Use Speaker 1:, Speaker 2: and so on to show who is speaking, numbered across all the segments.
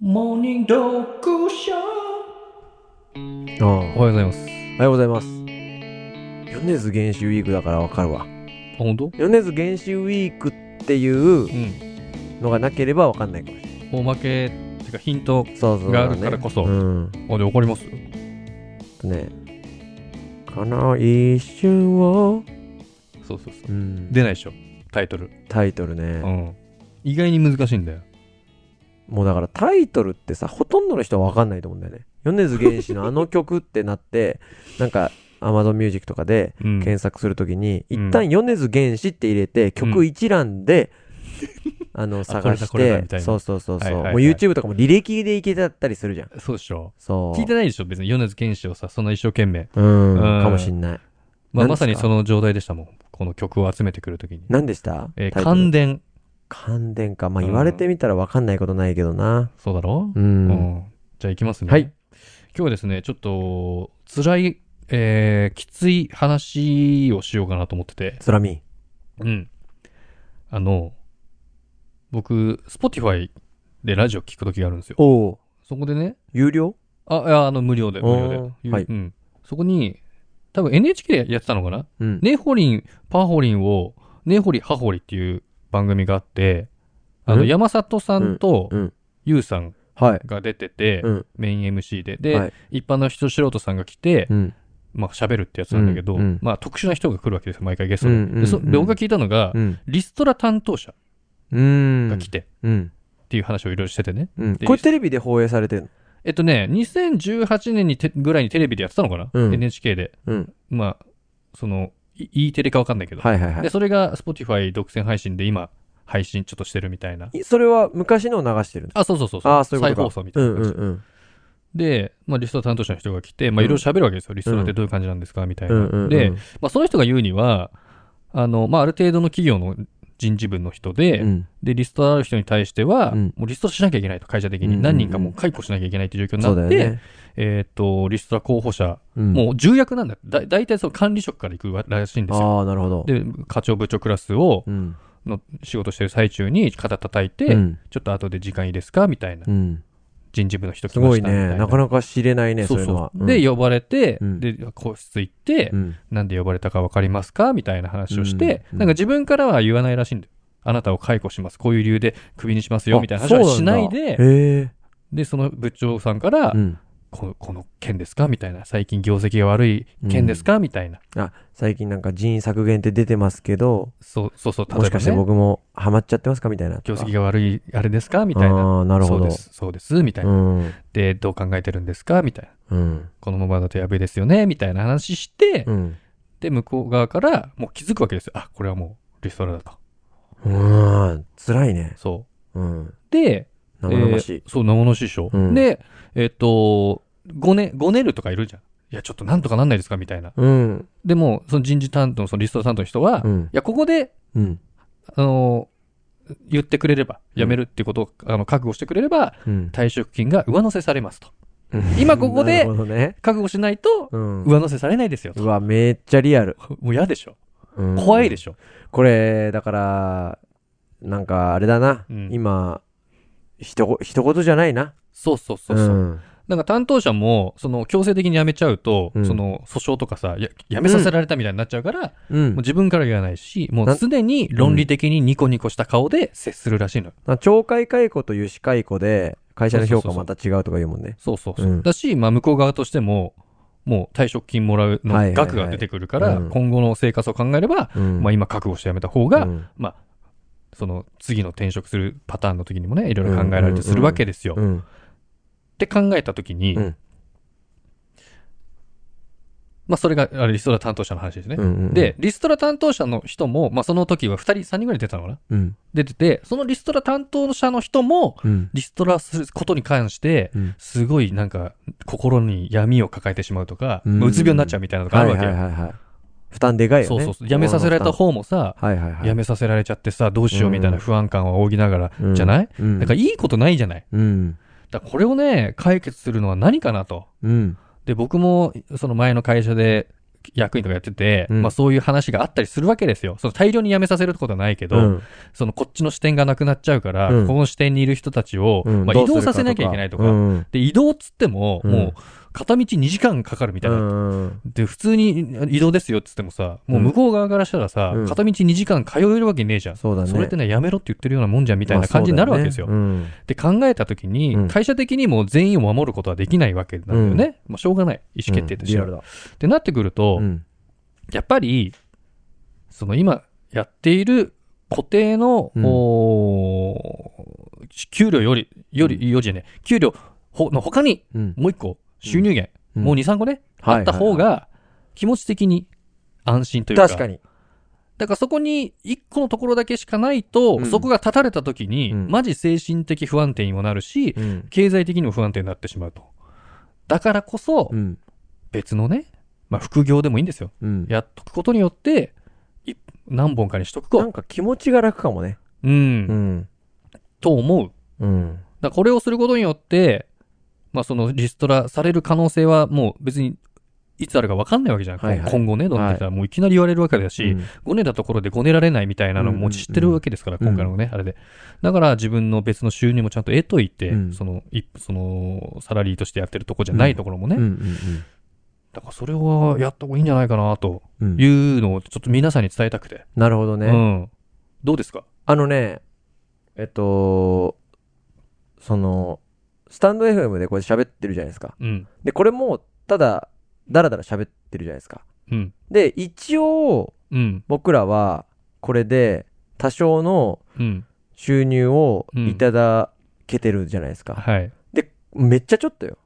Speaker 1: モーニング読書
Speaker 2: ああ
Speaker 3: おはようございま
Speaker 2: お
Speaker 3: す。
Speaker 2: はようございます。米津玄師ウィークだからわかるわ。
Speaker 3: あ、本当？
Speaker 2: 米津玄師ウィークっていう
Speaker 3: うん。
Speaker 2: のがなければわかんないかもしれない。
Speaker 3: おまけ、っていうかヒント、
Speaker 2: そうそう、
Speaker 3: があるからこそ
Speaker 2: うん。
Speaker 3: あ、で、わかります
Speaker 2: ね。この一瞬を、
Speaker 3: そうそうそうう。
Speaker 2: ん、
Speaker 3: 出ないでしょ、タイトル。
Speaker 2: タイトルね、
Speaker 3: うん。意外に難しいんだよ。
Speaker 2: もうだからタイトルってさ、ほとんどの人はわかんないと思うんだよね。米津玄師のあの曲ってなって、なんか、アマゾンミュージックとかで
Speaker 3: うん。
Speaker 2: 検索するときに、
Speaker 3: うん
Speaker 2: 一旦米津玄師って入れて、曲一覧 で、あの、探し
Speaker 3: これだこれだ
Speaker 2: て
Speaker 3: みたい、な
Speaker 2: そうそうそうそう、
Speaker 3: はいはいはい
Speaker 2: もう YouTube とかも履歴でいけちゃったりするじゃん。
Speaker 3: そうでしょ。
Speaker 2: そう。
Speaker 3: 聞いてないでしょ、別に米津玄師をさ、そんな一生懸命。
Speaker 2: うん、
Speaker 3: うん
Speaker 2: かもしんない。何です
Speaker 3: まあ、
Speaker 2: か
Speaker 3: まさにその状態でしたもん。この曲を集めてくるときに。
Speaker 2: 何でした
Speaker 3: えー
Speaker 2: タイトル
Speaker 3: 感電。
Speaker 2: 感電か。まあ、
Speaker 3: うん
Speaker 2: 言われてみたらわかんないことないけどな。
Speaker 3: そうだろ
Speaker 2: う。
Speaker 3: うんじゃあ、いきますね。
Speaker 2: はい
Speaker 3: 今日はですね、ちょっと、辛い、えー、きつい話をしようかなと思ってて。
Speaker 2: つらみ。
Speaker 3: うん。あの、僕、Spotify でラジオ聞くときがあるんですよ。
Speaker 2: おお
Speaker 3: そこでね、
Speaker 2: 有料
Speaker 3: あ、いや、あの、無料で、無料で
Speaker 2: おー。
Speaker 3: ゆ
Speaker 2: はい
Speaker 3: うん。そこに、多分 NHK でやってたのかな
Speaker 2: うん。
Speaker 3: ネホリン、パホリンを、ネホリ、ハホリっていう番組があって、あの、
Speaker 2: ん
Speaker 3: 山里さんと
Speaker 2: うんうん、
Speaker 3: ゆうさん
Speaker 2: はい。
Speaker 3: が出てて
Speaker 2: う、ん。
Speaker 3: メイン MC で。
Speaker 2: は
Speaker 3: で
Speaker 2: い、
Speaker 3: 一般の人、素人さんが来て
Speaker 2: う、ん。
Speaker 3: まあ、喋るってやつなんだけど
Speaker 2: うんうん、
Speaker 3: まあ、特殊な人が来るわけですよ、毎回ゲスト
Speaker 2: うんうん
Speaker 3: で。でそで、僕が聞いたのが
Speaker 2: う、ん。
Speaker 3: リストラ担当者
Speaker 2: うん。
Speaker 3: が来て、
Speaker 2: うん。
Speaker 3: っていう話をいろいろしててね。
Speaker 2: うん。これテレビで放映されてるの
Speaker 3: えっとね、2018年にてぐらいにテレビでやってたのかな、
Speaker 2: うん
Speaker 3: ?NHK で。
Speaker 2: うん。
Speaker 3: まあ、その、い E テレかわかんないけど。
Speaker 2: はいはいは
Speaker 3: で、それが Spotify 独占配信で今、配信ちょっとしてるみたいな。
Speaker 2: い。それは昔のを流してるの
Speaker 3: あ、そうそうそう
Speaker 2: ああ、そういうこと
Speaker 3: 再
Speaker 2: か。
Speaker 3: 放送みたいな
Speaker 2: うん
Speaker 3: 感
Speaker 2: う
Speaker 3: じ、
Speaker 2: んうん。
Speaker 3: で、まあ、リストラ担当者の人が来て、まあ、いろいろ喋るわけですよ。リストラってどういう感じなんですかみたいな。
Speaker 2: うんうんうん
Speaker 3: で、まあ、その人が言うには、あの、まあ、ある程度の企業の人事部の人で、
Speaker 2: うん
Speaker 3: で、リストラある人に対しては、
Speaker 2: うん
Speaker 3: もうリストしなきゃいけないと、会社的
Speaker 2: うんうん
Speaker 3: に。
Speaker 2: うん
Speaker 3: 何人かもう解雇しなきゃいけないという状況
Speaker 2: そう
Speaker 3: に
Speaker 2: だ
Speaker 3: なっ
Speaker 2: よ
Speaker 3: て、
Speaker 2: ね。
Speaker 3: えーっ、と、リストラ候補者、
Speaker 2: も
Speaker 3: もう重役なんだ。だ、大体その管理職から行くらしいんですよ。
Speaker 2: ああ、なるほど。
Speaker 3: で、課長部長クラスを、
Speaker 2: うん。
Speaker 3: の仕事してる最中に肩叩いて、
Speaker 2: うん
Speaker 3: ちょっと後で時間いいですかみたいな
Speaker 2: う。ん。
Speaker 3: 人事部の人
Speaker 2: す
Speaker 3: 来ま
Speaker 2: ご
Speaker 3: し
Speaker 2: い
Speaker 3: たみたいな。
Speaker 2: ね。なかなか知れないね、
Speaker 3: そ
Speaker 2: そう
Speaker 3: う
Speaker 2: いう
Speaker 3: そ
Speaker 2: の
Speaker 3: う
Speaker 2: は。。
Speaker 3: で、呼ばれて、
Speaker 2: うん
Speaker 3: で、個室行って
Speaker 2: う、ん、
Speaker 3: なんで呼ばれたかわかりますかみたいな話をして、
Speaker 2: うん
Speaker 3: なんか自分からは言わないらしいんだよ。あなたを解雇します。こういう理由でクビにしますよ。みたいな話はしない
Speaker 2: へ
Speaker 3: で、
Speaker 2: え。
Speaker 3: で、その部長さんから、
Speaker 2: うん。
Speaker 3: このこの件ですかみたいな。最近業績が悪い件ですか、みたいな。
Speaker 2: あ、最近なんか人員削減って出てますけど、
Speaker 3: そうそうそう、例えば、
Speaker 2: も
Speaker 3: ね、
Speaker 2: しかして僕もハマっちゃってますかみたいな。
Speaker 3: 業績が悪い、あれですかみたいな。
Speaker 2: ああー、なるほ
Speaker 3: そう
Speaker 2: ど
Speaker 3: で。す、そうです、みたいうな。
Speaker 2: ん。
Speaker 3: で、どう考えてるんですかみたいな。
Speaker 2: うん。
Speaker 3: このままだとやべえですよねみたいな話して、
Speaker 2: うん。
Speaker 3: で、向こう側から、もう気づくわけですよ。あ、これはもう、リストラだと。
Speaker 2: うーん。辛いね。
Speaker 3: そ
Speaker 2: うん。
Speaker 3: う。で、
Speaker 2: 生々しい
Speaker 3: え。ーそう、生々しいでしょ。
Speaker 2: うん
Speaker 3: で、えっ、と、ごね、ごねるとかいるじゃん。いや、ちょっとなんとかなんないですかみたいな。
Speaker 2: うん。
Speaker 3: でも、その人事担当、そのリストラ担当の人は、
Speaker 2: う
Speaker 3: い
Speaker 2: ん。
Speaker 3: や、ここで
Speaker 2: うん。
Speaker 3: あの、言ってくれれば、辞めるっていうことを、あの覚悟してくれれば、
Speaker 2: うん。
Speaker 3: 退職金が上乗せされますと。
Speaker 2: うん
Speaker 3: 今ここで
Speaker 2: なるほどね。
Speaker 3: 覚悟しないと、
Speaker 2: うん。
Speaker 3: 上乗せされないですよと。
Speaker 2: うわ、めっちゃリアル。
Speaker 3: もう嫌でしょ。
Speaker 2: うん
Speaker 3: 怖いでしょ。
Speaker 2: これ、だから、なんかあれだな。
Speaker 3: うん
Speaker 2: 今、ひとご、ひと事じゃないな。
Speaker 3: そうそうそうそう。
Speaker 2: ん
Speaker 3: なんか担当者も、その強制的に辞めちゃうと、
Speaker 2: うん
Speaker 3: その訴訟とかさ、や辞めさせられたみたいになっちゃうから、も
Speaker 2: うん
Speaker 3: う。自分から言わないし、も
Speaker 2: な
Speaker 3: うすでに論理的にニコニコした顔で接するらしいのよ。
Speaker 2: まあ懲戒解雇という死解雇で、会社の評価また違うとか言うもんね。
Speaker 3: そうそうそう。
Speaker 2: うん
Speaker 3: だし、まあ向こう側としても、もう退職金もらう
Speaker 2: はいはい
Speaker 3: の
Speaker 2: はい
Speaker 3: 額が出てくるから、
Speaker 2: うん
Speaker 3: 今後の生活を考えれば、
Speaker 2: うん
Speaker 3: まあ今覚悟して辞めた方
Speaker 2: う
Speaker 3: が、
Speaker 2: ん
Speaker 3: まあ、その次の転職するパターンの時にもね、いろいろ考えられてするわけですよ。
Speaker 2: う
Speaker 3: っ
Speaker 2: ん。
Speaker 3: て考えた時に、
Speaker 2: うん
Speaker 3: まあそれがあれリストラ担当者の話ですね。
Speaker 2: うんうん
Speaker 3: で、、リストラ担当者の人も、まあその時は2人、3人ぐらい出たのかな
Speaker 2: うん。
Speaker 3: 出てて、そのリストラ担当者の人も、
Speaker 2: うん。
Speaker 3: リストラすることに関して
Speaker 2: うん、
Speaker 3: すごいなんか心に闇を抱えてしまうとか、
Speaker 2: うん
Speaker 3: うつ病になっちゃうみたいなのがあ
Speaker 2: は
Speaker 3: る
Speaker 2: い
Speaker 3: わ
Speaker 2: は
Speaker 3: け
Speaker 2: い
Speaker 3: よ。
Speaker 2: はいはい。負担でかいよ
Speaker 3: そう
Speaker 2: ね。
Speaker 3: そうそう。辞めさせられた方もさ、
Speaker 2: はいはいはい。
Speaker 3: 辞めさせられちゃってさ、どうしようみたいな不安感を仰ぎなが
Speaker 2: うん
Speaker 3: ら、じゃない
Speaker 2: うん。
Speaker 3: だからいいことないじゃない。
Speaker 2: うん。
Speaker 3: だからこれをね、解決するのは何かなと。
Speaker 2: うん。
Speaker 3: で、僕も、その前の会社で、役員とかやってて、
Speaker 2: うん
Speaker 3: まあそういう話があったりするわけですよ。その大量に辞めさせるってことはないけど、
Speaker 2: うん
Speaker 3: そのこっちの視点がなくなっちゃうから、
Speaker 2: うん
Speaker 3: この視点にいる人たちを、
Speaker 2: うん
Speaker 3: まあ
Speaker 2: ど
Speaker 3: 移
Speaker 2: うす
Speaker 3: 動
Speaker 2: るか
Speaker 3: させなきゃいけないとか、
Speaker 2: うん
Speaker 3: で、移動っつっても、
Speaker 2: うん
Speaker 3: もう片道2時間かかるみたいな。
Speaker 2: うん
Speaker 3: で、普通に移動ですよって言ってもさ、もう向こう側からしたらさ、
Speaker 2: うん
Speaker 3: 片道2時間通えるわけねえじゃん。
Speaker 2: そうだね
Speaker 3: それってね、やめろって言ってるようなもんじゃんみたいな感じになるわけですよ。
Speaker 2: まあそうだねうん
Speaker 3: で考えたときに、
Speaker 2: うん
Speaker 3: 会社的にも全員を守ることはできないわけなんだよね。まあ、しょうがない。意思決定としては。
Speaker 2: うんリアルだ
Speaker 3: ってなってくると、
Speaker 2: うん
Speaker 3: やっぱり、その今やっている固定の、
Speaker 2: うん
Speaker 3: おー給料より、より、よりじゃねえ、給料ほの他に
Speaker 2: うん
Speaker 3: もう一個収入源、
Speaker 2: うん
Speaker 3: もう2、3個ね、
Speaker 2: はい
Speaker 3: あった方が気持ち的に安心というか。
Speaker 2: 確かに
Speaker 3: だからそこに1個のところだけしかないと、
Speaker 2: うん
Speaker 3: そこが断たれた時に、
Speaker 2: うん
Speaker 3: マジ精神的不安定にもなるし、
Speaker 2: うん
Speaker 3: 経済的にも不安定になってしまうと。だからこそ
Speaker 2: う、ん
Speaker 3: 別のね、まあ、副業でもいいんですよ。
Speaker 2: うん
Speaker 3: やっとくことによって、い何本かにしとく
Speaker 2: な
Speaker 3: こ
Speaker 2: んか気持ちが楽かもね
Speaker 3: う。う。
Speaker 2: うんん
Speaker 3: と思う。
Speaker 2: うん
Speaker 3: だからこれをすることによって、まあ、そのリストラされる可能性はもう別に、いつあるか分かんないわけじゃん。
Speaker 2: はいはい
Speaker 3: 今後ね、どんどんたら、もういきなり言われるわけだし、
Speaker 2: うん
Speaker 3: ごねたところでごねられないみたいなのも知ってるわけですから、
Speaker 2: うんうんうん
Speaker 3: 今回のね、あれで。だから自分の別の収入もちゃんと得といて、
Speaker 2: うん
Speaker 3: その、いその、サラリーとしてやってるとこじゃないところもね。
Speaker 2: うんうん
Speaker 3: だからそれはやった方がいいんじゃないかな、と
Speaker 2: うんうん
Speaker 3: いうのをちょっと皆さんに伝えたくて。
Speaker 2: なるほど
Speaker 3: う
Speaker 2: ね
Speaker 3: ん。どうですか
Speaker 2: あのねえっとそのスタンド FM でこれ喋ってるじゃないですか
Speaker 3: うん。
Speaker 2: でこれもただだらだら喋ってるじゃないですか
Speaker 3: うん。
Speaker 2: で一応
Speaker 3: うん。
Speaker 2: 僕らはこれで多少の
Speaker 3: うん。
Speaker 2: 収入をいただけてるじゃないですか、
Speaker 3: はい。
Speaker 2: でめっちゃちょっとよ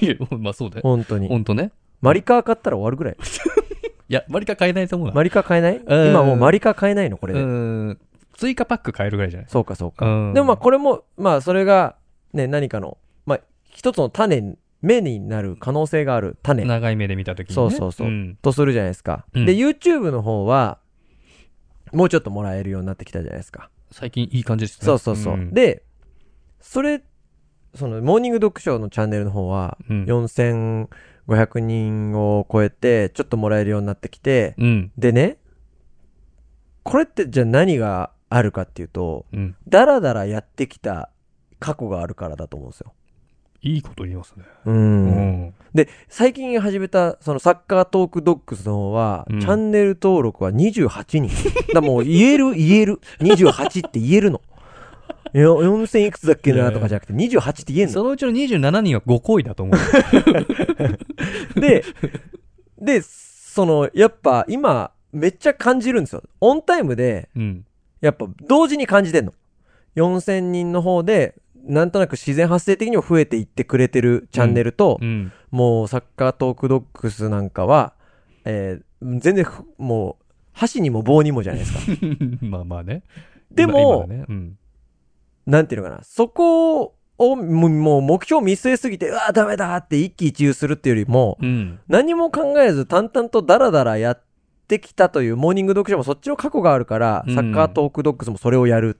Speaker 3: いや まあそうだよ。
Speaker 2: 本当に
Speaker 3: ほんとね。
Speaker 2: マリカー買ったら終わるぐらい
Speaker 3: いや、割りか買えないと思うな。
Speaker 2: マリカー買えない
Speaker 3: ー
Speaker 2: 今もうマリカー買えないのこれ
Speaker 3: う
Speaker 2: で
Speaker 3: ん。追加パック買えるぐらいじゃない
Speaker 2: そうかそうか
Speaker 3: うん。
Speaker 2: でもまあこれもまあそれがね何かのまあ一つの種目になる可能性がある種
Speaker 3: 長い目で見たときに、ね。
Speaker 2: そうそうそう
Speaker 3: うん。
Speaker 2: とするじゃないですか、
Speaker 3: うん
Speaker 2: で YouTube の方はもうちょっともらえるようになってきたじゃないですか
Speaker 3: 最近いい感じですね。
Speaker 2: そうそうそう、
Speaker 3: ん、
Speaker 2: でそれそのモーニング読書のチャンネルの方は
Speaker 3: うん。
Speaker 2: 4500人を超えてちょっともらえるようになってきて、
Speaker 3: うん。
Speaker 2: でねこれってじゃあ何があるかっていうと
Speaker 3: うん。
Speaker 2: ダラダラやってきた過去があるからだと思うんですよ
Speaker 3: いいこと言いますね。
Speaker 2: うん
Speaker 3: うん。
Speaker 2: で最近始めたそのサッカートークドッグスの方は、
Speaker 3: うん
Speaker 2: チャンネル登録は28人だからもう言える言える28って言えるのいや4000いくつだっけなとかじゃなくて28って言えんの
Speaker 3: そのうちの27人はご好意だと思う。
Speaker 2: で、で、その、やっぱ今、めっちゃ感じるんですよ。オンタイムで、
Speaker 3: うん。
Speaker 2: やっぱ同時に感じてんの。4000人の方で、なんとなく自然発生的にも増えていってくれてるチャンネルと、
Speaker 3: うん。
Speaker 2: もうサッカートークドックスなんかは、えー全然ふ、もう、箸にも棒にもじゃないですか。
Speaker 3: まあまあね。
Speaker 2: でも
Speaker 3: 今今のねうん。
Speaker 2: なんていうのかな。そこを、もうもう目標見据えすぎて、うわ、ダメだって一喜一憂するっていうよりも、
Speaker 3: うん。
Speaker 2: 何も考えず淡々とダラダラやってきたというモーニング読書もそっちの過去があるから、
Speaker 3: うん
Speaker 2: サッカートークドッグスもそれをやる。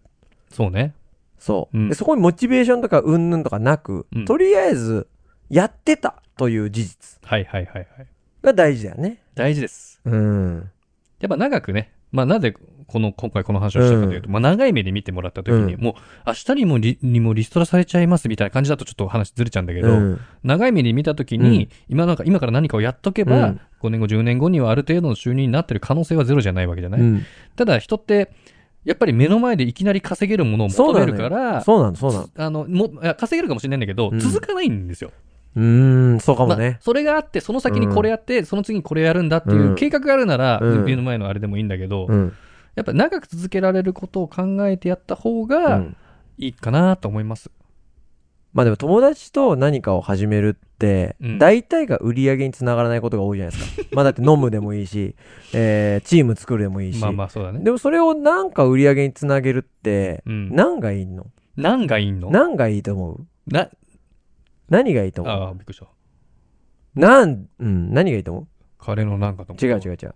Speaker 3: そうね。
Speaker 2: そう。
Speaker 3: うん
Speaker 2: でそこにモチベーションとかうんぬんとかなく、
Speaker 3: うん
Speaker 2: とりあえずやってたという事実
Speaker 3: はいはいはいはい。
Speaker 2: が大事だよね。
Speaker 3: 大事です。
Speaker 2: うん。
Speaker 3: やっぱ長くね、まあなぜこの、今回この話をしたかというと、まあ長い目で見てもらった時に、
Speaker 2: うん
Speaker 3: もう明日にもリにもリストラされちゃいますみたいな感じだとちょっと話ずれちゃうんだけど、
Speaker 2: うん
Speaker 3: 長い目で見た時に、
Speaker 2: うん
Speaker 3: 今なんか、今から何かをやっとけば、
Speaker 2: うん
Speaker 3: 5年後、10年後にはある程度の収入になってる可能性はゼロじゃないわけじゃない、
Speaker 2: うん
Speaker 3: ただ人って、やっぱり目の前でいきなり稼げるものを
Speaker 2: そ
Speaker 3: 求
Speaker 2: うな
Speaker 3: め
Speaker 2: の
Speaker 3: る
Speaker 2: よ
Speaker 3: から、
Speaker 2: そうなの、そうなの。
Speaker 3: あのもいや稼げるかもしれないんだけど、
Speaker 2: うん
Speaker 3: 続かないんですよ。
Speaker 2: うーん、そうか
Speaker 3: ま
Speaker 2: も
Speaker 3: あ
Speaker 2: ね。
Speaker 3: それがあって、その先にこれやって、その次にこれやるんだっていううん計画があるなら、
Speaker 2: うん
Speaker 3: 目の前のあれでもいいんだけど、
Speaker 2: うん。
Speaker 3: やっぱ長く続けられることを考えてやった方
Speaker 2: う
Speaker 3: が
Speaker 2: ん
Speaker 3: いいかなと思います。
Speaker 2: まあでも友達と何かを始めるって
Speaker 3: うん、
Speaker 2: 大体が売り上げにつながらないことが多いじゃないですか。まあだって飲むでもいいし、えーチーム作るでもいいし。
Speaker 3: まあまあそうだね。
Speaker 2: でもそれをなんか売り上げにつなげるって、
Speaker 3: うん、
Speaker 2: 何がいいの
Speaker 3: 何がいいの
Speaker 2: 何がいいと思う
Speaker 3: な
Speaker 2: 何がいいと
Speaker 3: ああ、
Speaker 2: 思
Speaker 3: びっくりした。
Speaker 2: うなん、うん、何がいいと思
Speaker 3: 彼のなんかと思
Speaker 2: う違う
Speaker 3: う。
Speaker 2: 違う違う。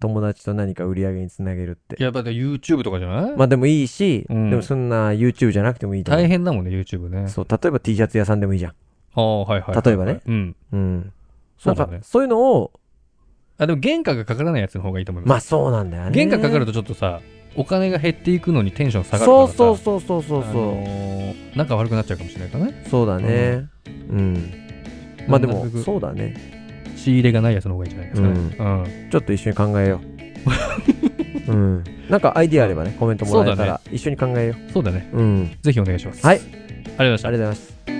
Speaker 2: 友達と何か売り上げにつなげるって。
Speaker 3: やっぱり YouTube とかじゃない、
Speaker 2: まあでもいいし、
Speaker 3: うん
Speaker 2: でもそんな YouTube じゃなくてもいいと思う。
Speaker 3: 大変だもんね、YouTube ね。
Speaker 2: そう、例えば T シャツ屋さんでもいいじゃん。
Speaker 3: ああ、はいはいはいはい。
Speaker 2: 例えばね。
Speaker 3: うん。
Speaker 2: うん。
Speaker 3: そうだ
Speaker 2: なん
Speaker 3: ね
Speaker 2: か。そういうのを
Speaker 3: あ、でも原価がかからないやつの方がいいと思い
Speaker 2: ま
Speaker 3: ま
Speaker 2: あ
Speaker 3: す。
Speaker 2: そうなんだよね。
Speaker 3: 原価かかるとちょっとさ、お金が減っていくのにテンション下がるか
Speaker 2: そ
Speaker 3: ら
Speaker 2: う
Speaker 3: さ。
Speaker 2: そうそうそうそう
Speaker 3: あ
Speaker 2: そ
Speaker 3: のー仲悪くなっちゃうかもしれないからね。
Speaker 2: う。そうだね。うん。まあで
Speaker 3: な
Speaker 2: も
Speaker 3: るべく
Speaker 2: そうだね。
Speaker 3: 仕入れがないやつの方がいいんじゃないですかね。
Speaker 2: ちょっと一緒に考えよう。うん。なんかアイディアあればねコメントもらえた
Speaker 3: そうだ
Speaker 2: ら一緒に考えよ
Speaker 3: うん。そうだね。
Speaker 2: う。うん。
Speaker 3: ぜひお願いします。
Speaker 2: はい。
Speaker 3: ありがとうございまし
Speaker 2: あ
Speaker 3: た
Speaker 2: りがとうございます。